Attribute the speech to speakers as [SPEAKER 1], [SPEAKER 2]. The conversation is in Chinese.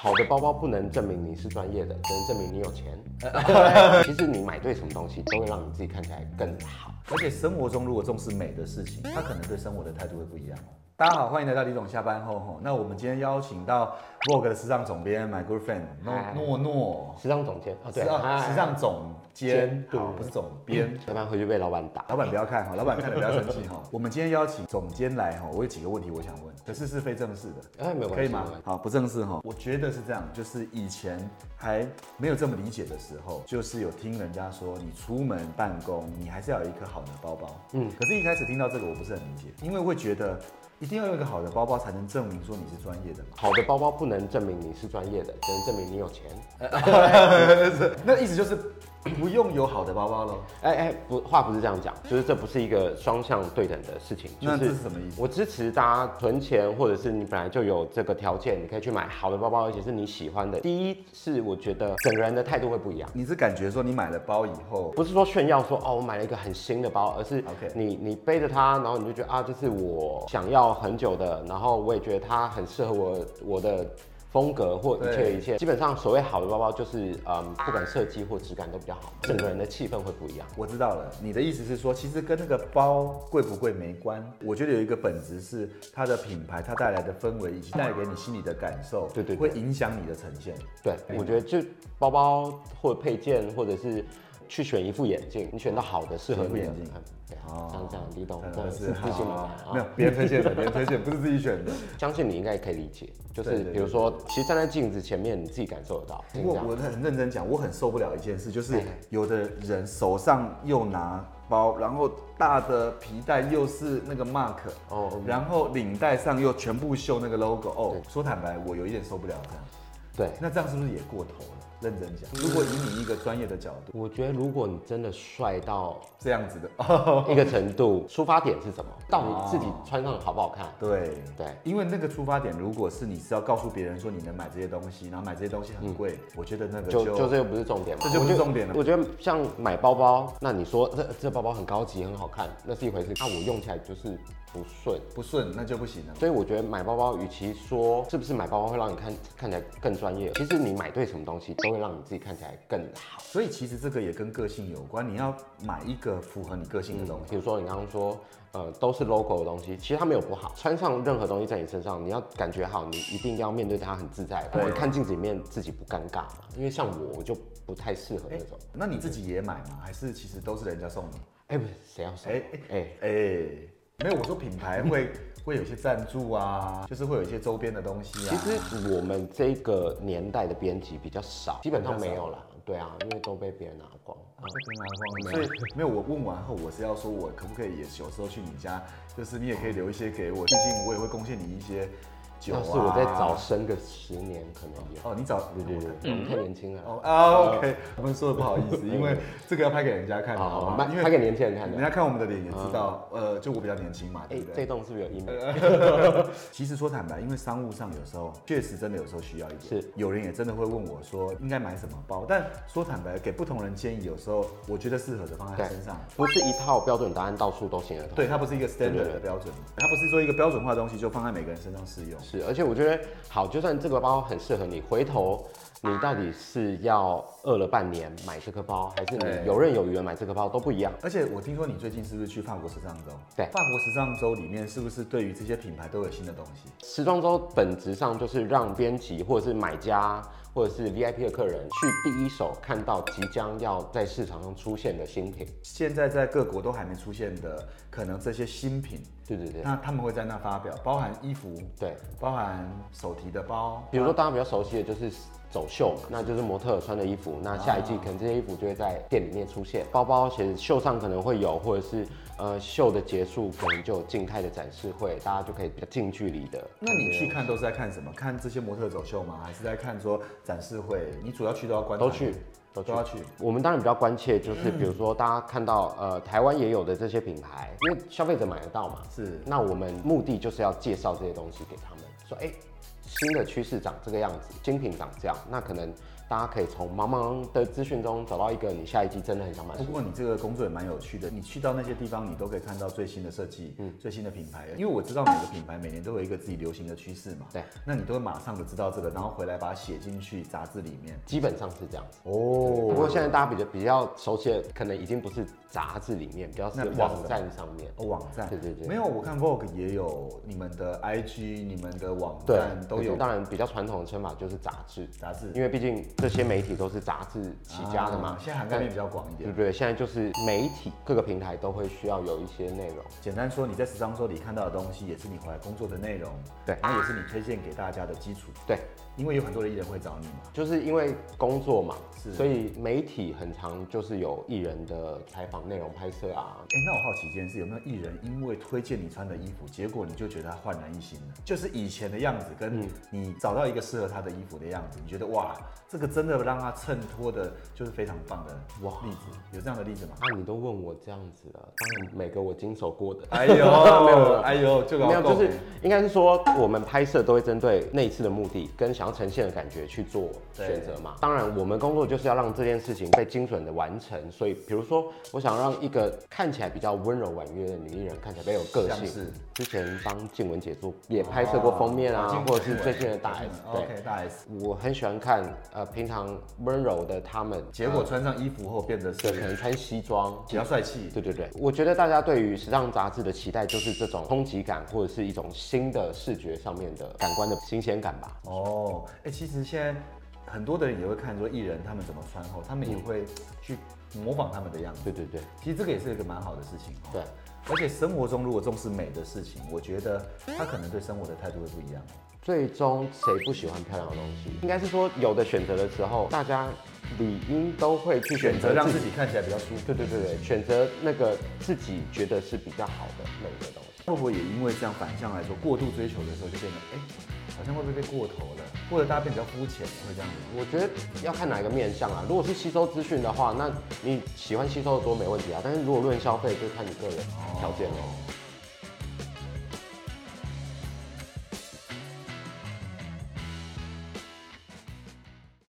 [SPEAKER 1] 好的包包不能证明你是专 业的，只能证明你有钱。其实你买对什么东西，都会让你自己看起来更好。
[SPEAKER 2] 而且生活中如果重视美的事情，他可能对生活的态度会不一样哦。大家好，欢迎来到李总下班后吼。那我们今天邀请到 Vogue 的时尚总编 My Good Friend
[SPEAKER 1] 嗨
[SPEAKER 2] 诺诺诺，
[SPEAKER 1] 时尚总监啊，对
[SPEAKER 2] 时，尚
[SPEAKER 1] 哎
[SPEAKER 2] 时尚总监
[SPEAKER 1] 监，督
[SPEAKER 2] 好，不是总编。
[SPEAKER 1] 要不然回去被老板打。
[SPEAKER 2] 老板不 要看哈，老板看了不要生气哈。我们今天邀请总监来哈，我有几个问题我想问，可是是非正式的，
[SPEAKER 1] 哎，没有关系，
[SPEAKER 2] 可以
[SPEAKER 1] 没
[SPEAKER 2] 吗
[SPEAKER 1] 有关？系
[SPEAKER 2] 好，不正式哈。我觉得是这样，就是以前还没有这么理解的时候，就是有听人家说，你出门办公，你还是要有一颗好的包包。嗯，可是一开始听到这个，我不是很理解，因为会觉得一定要用一个好的包包才能证明说你是专业的嘛。
[SPEAKER 1] 好的包包不能证明你是专业的，只能证明你有钱。
[SPEAKER 2] 那意思就是不用有好的包包喽。
[SPEAKER 1] 哎哎，不，话不是这样讲，就是这不是一个双向对等的事情。就
[SPEAKER 2] 那这是什么意思？
[SPEAKER 1] 我支持大家存钱，或者是你本来就有这个条件，你可以去买好的包包，而且是你喜欢的。第一是我觉得整个人的态度会不一样。
[SPEAKER 2] 你是感觉说你买了包以后，
[SPEAKER 1] 不是说炫耀说哦，我买了一个很新的包，而是
[SPEAKER 2] OK
[SPEAKER 1] 你你背着它，然后你就觉得啊，这是我想要很久的，然后我也觉得它很适合我我的风格或一切
[SPEAKER 2] 对
[SPEAKER 1] 一切。基本上所谓好的包包，就是嗯，不管设计或质感都比较好，整个人的气氛会不一样。
[SPEAKER 2] 我知道了，你的意思是说，其实跟那个包贵不贵没关。我觉得有一个本质是它的品牌，它带来的氛围，以及带给你心里的感受，
[SPEAKER 1] 对对对
[SPEAKER 2] 会影响你的呈现。
[SPEAKER 1] 对，我觉得就包包或配件，或者是去选一副眼镜，你选到好的适合
[SPEAKER 2] 选一副
[SPEAKER 1] 你的
[SPEAKER 2] 眼镜。
[SPEAKER 1] 哦，这样这样，李董，这
[SPEAKER 2] 真
[SPEAKER 1] 样
[SPEAKER 2] 的
[SPEAKER 1] 是
[SPEAKER 2] 呃是
[SPEAKER 1] 自信满
[SPEAKER 2] 好
[SPEAKER 1] 满啊。
[SPEAKER 2] 没有别人推荐的，别人推荐不是自己 选的。
[SPEAKER 1] 相信你应该可以理解，就
[SPEAKER 2] 对
[SPEAKER 1] 是
[SPEAKER 2] 对对
[SPEAKER 1] 比如说，其实站在镜子前面，你自己感受得到。
[SPEAKER 2] 不过我很认真讲，我很受不了一件事，就是
[SPEAKER 1] 哎
[SPEAKER 2] 有的人手上又拿包，然后大的皮带又是那个 mark，
[SPEAKER 1] 哦
[SPEAKER 2] 哦，然后领带上又全部绣那个 logo。哦，说坦白，我有一点受不了这样。
[SPEAKER 1] 对，
[SPEAKER 2] 那这样是不是也过头了？认真讲，如果以你一个专业的角度，
[SPEAKER 1] 我觉得如果你真的帅到
[SPEAKER 2] 这样子的，
[SPEAKER 1] 嗯
[SPEAKER 2] 哦、
[SPEAKER 1] 一个程度，出发点是什么？到底自己穿上好不好看？
[SPEAKER 2] 对
[SPEAKER 1] 对，
[SPEAKER 2] 因为那个出发点，如果是你是要告诉别人说你能买这些东西，然后买这些东西很贵，我觉得那个
[SPEAKER 1] 嗯就
[SPEAKER 2] 就
[SPEAKER 1] 就这又不是重点嘛，
[SPEAKER 2] 这就不是重点了
[SPEAKER 1] 我觉得我觉得像买包包，那你说这这包包很高级很好看，那是一回事。那、我用起来就是不顺，
[SPEAKER 2] 不顺，那就不行了。
[SPEAKER 1] 所以我觉得买包包，与其说是不是买包包会让你看看起来更专业，其实你买对什么东西都会让你自己看起来更好。
[SPEAKER 2] 所以其实这个也跟个性有关，你要买一个符合你个性的东西。
[SPEAKER 1] 比如说你刚刚说，呃，都是 logo 的东西，其实它没有不好。穿上任何东西在你身上，你要感觉好，你一定要面对它很自在。
[SPEAKER 2] 对
[SPEAKER 1] 你看镜子里面自己不尴尬嘛？因为像我，我就不太适合那种。
[SPEAKER 2] 那你自己也买吗？还是其实都是人家送你？
[SPEAKER 1] 哎、不是，谁要说？哎
[SPEAKER 2] 哎
[SPEAKER 1] 哎，
[SPEAKER 2] 哎、没有，我说品牌会 会有一些赞助啊，就是会有一些周边的东西
[SPEAKER 1] 其
[SPEAKER 2] 啊。
[SPEAKER 1] 实我们这个年代的编辑比较少，基本上没有啦。对啊，因为都被别人拿光。
[SPEAKER 2] 啊，我真拿光了。所以没有，我问完后，我是要说，我可不可以也有时候去你家，就是你也可以留一些给我，毕竟我也会贡献你一些酒啊。
[SPEAKER 1] 要是我再早生个十年，可能有。
[SPEAKER 2] 哦，你找
[SPEAKER 1] 对对对，我们太年轻了。
[SPEAKER 2] 哦啊，OK，我们说的不好意思，因为这个要拍给人家看的，
[SPEAKER 1] 好
[SPEAKER 2] 好
[SPEAKER 1] 好，
[SPEAKER 2] 吧？
[SPEAKER 1] 卖
[SPEAKER 2] 因为
[SPEAKER 1] 拍哦给年轻人看
[SPEAKER 2] 人
[SPEAKER 1] 的。
[SPEAKER 2] 家看我们的脸也知道，呃，就我比较年轻嘛，
[SPEAKER 1] 哎
[SPEAKER 2] 对不，
[SPEAKER 1] 这
[SPEAKER 2] 对？
[SPEAKER 1] 栋是不是有 email？
[SPEAKER 2] 呃其实说坦白，因为商务上有时候确实真的有时候需要一点，
[SPEAKER 1] 是
[SPEAKER 2] 有人也真的会问我说应该买什么包，但说坦白，给不同人建议，有时候我觉得适合的放在
[SPEAKER 1] 对
[SPEAKER 2] 身上。
[SPEAKER 1] 不是一套标准答案到处都行得通。
[SPEAKER 2] 对，它不是一个
[SPEAKER 1] 对
[SPEAKER 2] standard
[SPEAKER 1] 对
[SPEAKER 2] 的标准，它不是说一个标准化的东西就放在每个人身上适用。
[SPEAKER 1] 是，而且我觉得好，就算这个包很适合你，回头你到底是要饿了半年买这个包，还是
[SPEAKER 2] 对
[SPEAKER 1] 你游刃有余的买这个包都不一样。
[SPEAKER 2] 而且我听说你最近是不是去法国时尚周？
[SPEAKER 1] 对
[SPEAKER 2] 法国时尚周里面是不是对于这些品牌都有新的东西？
[SPEAKER 1] 时装周本质上就是让编辑或者是买家或者是 VIP 的客人去第一手看到即将要在市场上出现的新品。
[SPEAKER 2] 现在在各国都还没出现的，可能这些新品，
[SPEAKER 1] 对对对
[SPEAKER 2] 那他们会在那发表，包含衣服，
[SPEAKER 1] 对，
[SPEAKER 2] 包含手提的包，
[SPEAKER 1] 比如说大家比较熟悉的就是走秀嘛，那就是模特儿穿的衣服。
[SPEAKER 2] 啊
[SPEAKER 1] 那下一季可能这些衣服就会在店里面出现，包包其实秀上可能会有，或者是呃秀的结束可能就有静态的展示会，大家就可以比较近距离的。
[SPEAKER 2] 那你去看都是在看什么？看这些模特走秀吗？还是在看说展示会？你主要去都要观察
[SPEAKER 1] 都去，
[SPEAKER 2] 都要去。
[SPEAKER 1] 我们当然比较关切，就是比如说大家看到呃台湾也有的这些品牌，因为消费者买得到嘛，
[SPEAKER 2] 是
[SPEAKER 1] 那我们目的就是要介绍这些东西给他们，说哎、诶新的趋势长这个样子，精品长这样，那可能大家可以从茫茫的资讯中找到一个你下一季真的很想买的
[SPEAKER 2] 不
[SPEAKER 1] 书。
[SPEAKER 2] 过你这个工作也蛮有趣的，你去到那些地方，你都可以看到最新的设计，
[SPEAKER 1] 嗯
[SPEAKER 2] 最新的品牌。因为我知道每个品牌每年都有一个自己流行的趋势嘛，
[SPEAKER 1] 对，
[SPEAKER 2] 那你都会马上的知道这个，然后回来把它写进去杂志里面。
[SPEAKER 1] 基本上是这样子。不过
[SPEAKER 2] 哦，
[SPEAKER 1] 现在大家比较比较熟悉的，可能已经不是杂志里面，比较是
[SPEAKER 2] 那比较
[SPEAKER 1] 网站上面。
[SPEAKER 2] 哦，网站，
[SPEAKER 1] 对对对
[SPEAKER 2] 没有，我看 Vogue 也有你们的 IG，你们的网
[SPEAKER 1] 对
[SPEAKER 2] 站，都有
[SPEAKER 1] 当然，比较传统的称法就是杂志，
[SPEAKER 2] 杂志
[SPEAKER 1] 因为毕竟这些媒体都是杂志起家的嘛
[SPEAKER 2] 啊。现在涵盖面比较广一
[SPEAKER 1] 对
[SPEAKER 2] 点
[SPEAKER 1] 不。对？现在就是媒体各个平台都会需要有一些内容。
[SPEAKER 2] 简单说，你在时尚周里看到的东西，也是你回来工作的内容，
[SPEAKER 1] 对
[SPEAKER 2] 然后也是你推荐给大家的基础，
[SPEAKER 1] 对，
[SPEAKER 2] 因为有很多的艺人会找你嘛。
[SPEAKER 1] 就是因为工作嘛
[SPEAKER 2] 是，
[SPEAKER 1] 所以媒体很常就是有艺人的采访内容拍摄啊，
[SPEAKER 2] 哎、那我好奇一件事，有没有艺人因为推荐你穿的衣服，结果你就觉得他焕然一新了？就是以前的样子，跟
[SPEAKER 1] 嗯
[SPEAKER 2] 你找到一个适合他的衣服的样子，你觉得哇，这个真的让他衬托的，就是非常棒的哇
[SPEAKER 1] 哇
[SPEAKER 2] 例子，有这样的例 子吗？
[SPEAKER 1] 啊，你都问我这样子了，当然每个我经手过的，
[SPEAKER 2] 哎呦，没有， 哎呦，就搞
[SPEAKER 1] 没有，
[SPEAKER 2] 够
[SPEAKER 1] 就是
[SPEAKER 2] 了
[SPEAKER 1] 应该是说，我们拍摄都会针对那一次的目的跟想要呈现的感觉去做选择嘛。当然，我们工作就是要让这件事情被精准的完成。所以，比如说，我想让一个看起来比较温柔婉约的女艺人看起来比较有个
[SPEAKER 2] 像是
[SPEAKER 1] 性。之前帮静雯姐做也拍摄过封面啊，
[SPEAKER 2] 哦
[SPEAKER 1] 或者是最近的大
[SPEAKER 2] 静
[SPEAKER 1] S，
[SPEAKER 2] 雯
[SPEAKER 1] 对。
[SPEAKER 2] ，OK，大 S。
[SPEAKER 1] 我很喜欢看，呃，平常温柔的他们，
[SPEAKER 2] 结果穿上衣服后变得
[SPEAKER 1] 嗯对，可
[SPEAKER 2] 是
[SPEAKER 1] 能穿西装，
[SPEAKER 2] 比较帅气，
[SPEAKER 1] 对对对，我觉得大家对于时尚杂志的期待就是这种冲击感，或者是一种新的视觉上面的感官的新鲜感吧。
[SPEAKER 2] 哦，哎、其实现在很多的人也会看说艺人他们怎么穿后，他
[SPEAKER 1] 嗯
[SPEAKER 2] 们也会去模仿他们的样子。
[SPEAKER 1] 对对对
[SPEAKER 2] 其实这个也是一个蛮好的事情哦。
[SPEAKER 1] 对，
[SPEAKER 2] 而且生活中如果重视美的事情，我觉得他可能对生活的态度会不一样。
[SPEAKER 1] 最终谁不喜欢漂亮的东西？应该是说有的选择的时候，大家理应都会去
[SPEAKER 2] 选
[SPEAKER 1] 选择
[SPEAKER 2] 择让
[SPEAKER 1] 自
[SPEAKER 2] 自
[SPEAKER 1] 己。
[SPEAKER 2] 己看起来比较舒服。
[SPEAKER 1] 对对对对，选择那个自己觉得是比较好的美的东西。
[SPEAKER 2] 会不会也因为这样反向来说，过度追求的时候就变得，哎、好像会不会被过头了，或者大家变得比较肤浅，会这样子。
[SPEAKER 1] 我觉得要看哪一个面向啊。如果是吸收资讯的话，那你喜欢吸收的多没问题啊。但是如果论消费，就看你个人条件了。